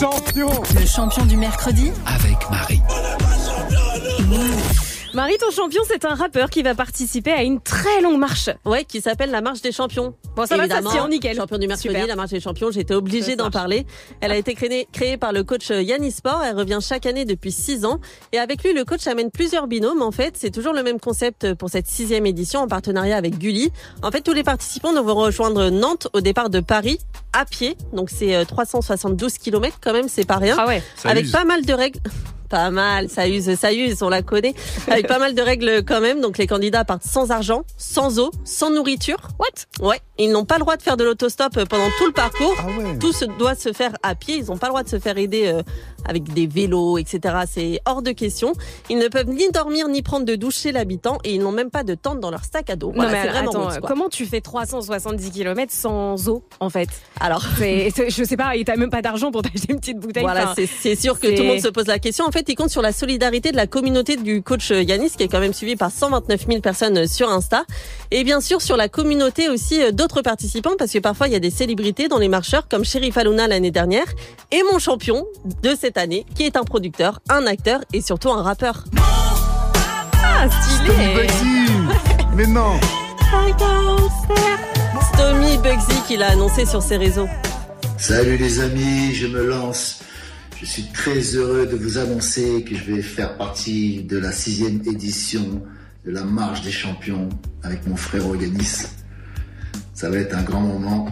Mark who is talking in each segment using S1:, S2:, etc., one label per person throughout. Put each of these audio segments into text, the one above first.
S1: champion
S2: Le champion du mercredi
S3: avec Marie.
S4: Marie, ton champion, c'est un rappeur qui va participer à une très longue marche.
S5: Ouais, qui s'appelle la marche des champions.
S4: Bon, ça va, ça
S5: Évidemment,
S4: se tient nickel.
S5: Champion du mercredi,
S4: Super.
S5: la marche des champions, j'étais
S4: Ça
S5: obligée d'en
S4: marche.
S5: parler. Elle a été créée, créée par le coach euh, Yannis Sport. Elle revient chaque année depuis six ans. Et avec lui, le coach amène plusieurs binômes. En fait, c'est toujours le même concept euh, pour cette sixième édition en partenariat avec Gulli. En fait, tous les participants vont rejoindre Nantes au départ de Paris à pied. Donc, c'est euh, 372 kilomètres quand même, c'est pas rien
S4: Ah ouais.
S6: Ça
S5: avec
S6: use.
S5: pas mal de règles. Pas mal, ça use, ça use, on la connaît. Avec pas mal de règles quand même. Donc les candidats partent sans argent, sans eau, sans nourriture. What Ouais, ils n'ont pas le droit de faire de l'autostop euh, pendant tout le parcours.
S1: Ah ouais
S5: Tout se doit se faire à pied. Ils n'ont pas le droit de se faire aider euh, avec des vélos, etc. C'est hors de question. Ils ne peuvent ni dormir ni prendre de douche chez l'habitant et ils n'ont même pas de tente dans leur sac à dos. Voilà,
S4: non mais
S5: c'est vraiment
S4: attends, euh,
S5: bon, quoi.
S4: comment tu fais 370 km sans eau en fait
S5: Alors.
S4: C'est- c'est- Je sais pas, et t'as même pas d'argent pour t'acheter une petite bouteille.
S5: Voilà,
S4: Enfin,
S5: c'est- c'est sûr que
S4: c'est-
S5: tout le monde se pose la question. En fait, il compte sur la solidarité de la communauté du coach Yanis, qui est quand même suivi par 129 000 personnes euh, sur Insta. Et bien sûr, sur la communauté aussi euh, d'autres participants, parce que parfois, il y a des célébrités dans les marcheurs, comme Sherif Alouna l'année dernière, et mon champion de cette année, qui est un producteur, un acteur et surtout un rappeur.
S4: Ah,
S1: Tommy Bugsy Mais non
S5: Tommy Bugsy, qui l'a annoncé sur ses réseaux.
S7: Salut les amis, je me lance. Je suis très heureux de vous annoncer que je vais faire partie de la sixième édition de la Marche des Champions avec mon frère Yanis. Ça va être un grand moment.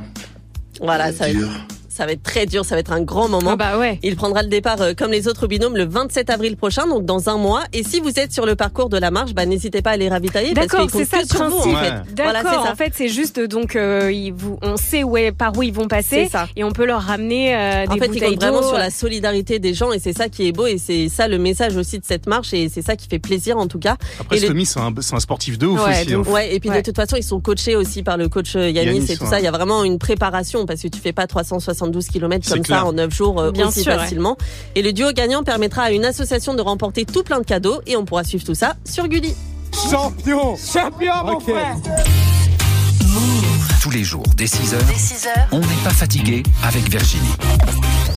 S5: Voilà, ça va, être,
S7: dur.
S5: ça va être très dur, ça va être un grand moment.
S4: Ah bah ouais.
S5: Il prendra le départ euh, comme les autres binômes le 27 avril prochain, donc dans un mois. Et si vous êtes sur le parcours de la marche, bah, n'hésitez pas à les ravitailler. parce
S4: D'accord,
S5: qu'ils
S4: c'est
S5: comptent
S4: ça
S5: que
S4: le
S5: sur vous, en
S4: principe.
S6: Ouais.
S5: fait. Voilà,
S4: D'accord,
S5: c'est ça.
S4: en fait, c'est juste donc euh, ils vous- on sait où est, par où ils vont passer
S5: C'est ça.
S4: et on peut leur ramener euh, des
S5: En fait, il
S4: bouteilles
S5: compte vraiment
S4: d'eau. euh.
S5: sur la solidarité des gens et c'est ça qui est beau et c'est ça le message aussi de cette marche et c'est ça qui fait plaisir en tout cas.
S6: Après,
S5: Et le-
S6: Tommy, c'est un, c'est un sportif de ouf
S4: Ouais,
S6: aussi.
S4: de
S6: hein.
S4: ouf.
S5: Ouais, et puis
S4: Ouais.
S5: de toute façon, ils sont coachés aussi par le coach euh, Yanis,
S6: Yanis,
S5: et tout
S6: ouais.
S5: ça. Il y a vraiment une préparation parce que tu fais pas 372 km
S6: C'est
S5: comme ça
S6: clair.
S5: en 9 jours euh,
S4: Bien
S5: aussi
S4: sûr, ouais.
S5: facilement. Et le duo gagnant permettra à une association de remporter tout plein de cadeaux et on pourra suivre tout ça sur Gulli.
S1: Champion Champion, mon frère
S3: Tous les jours, dès 6h, on n'est pas fatigué avec Virginie.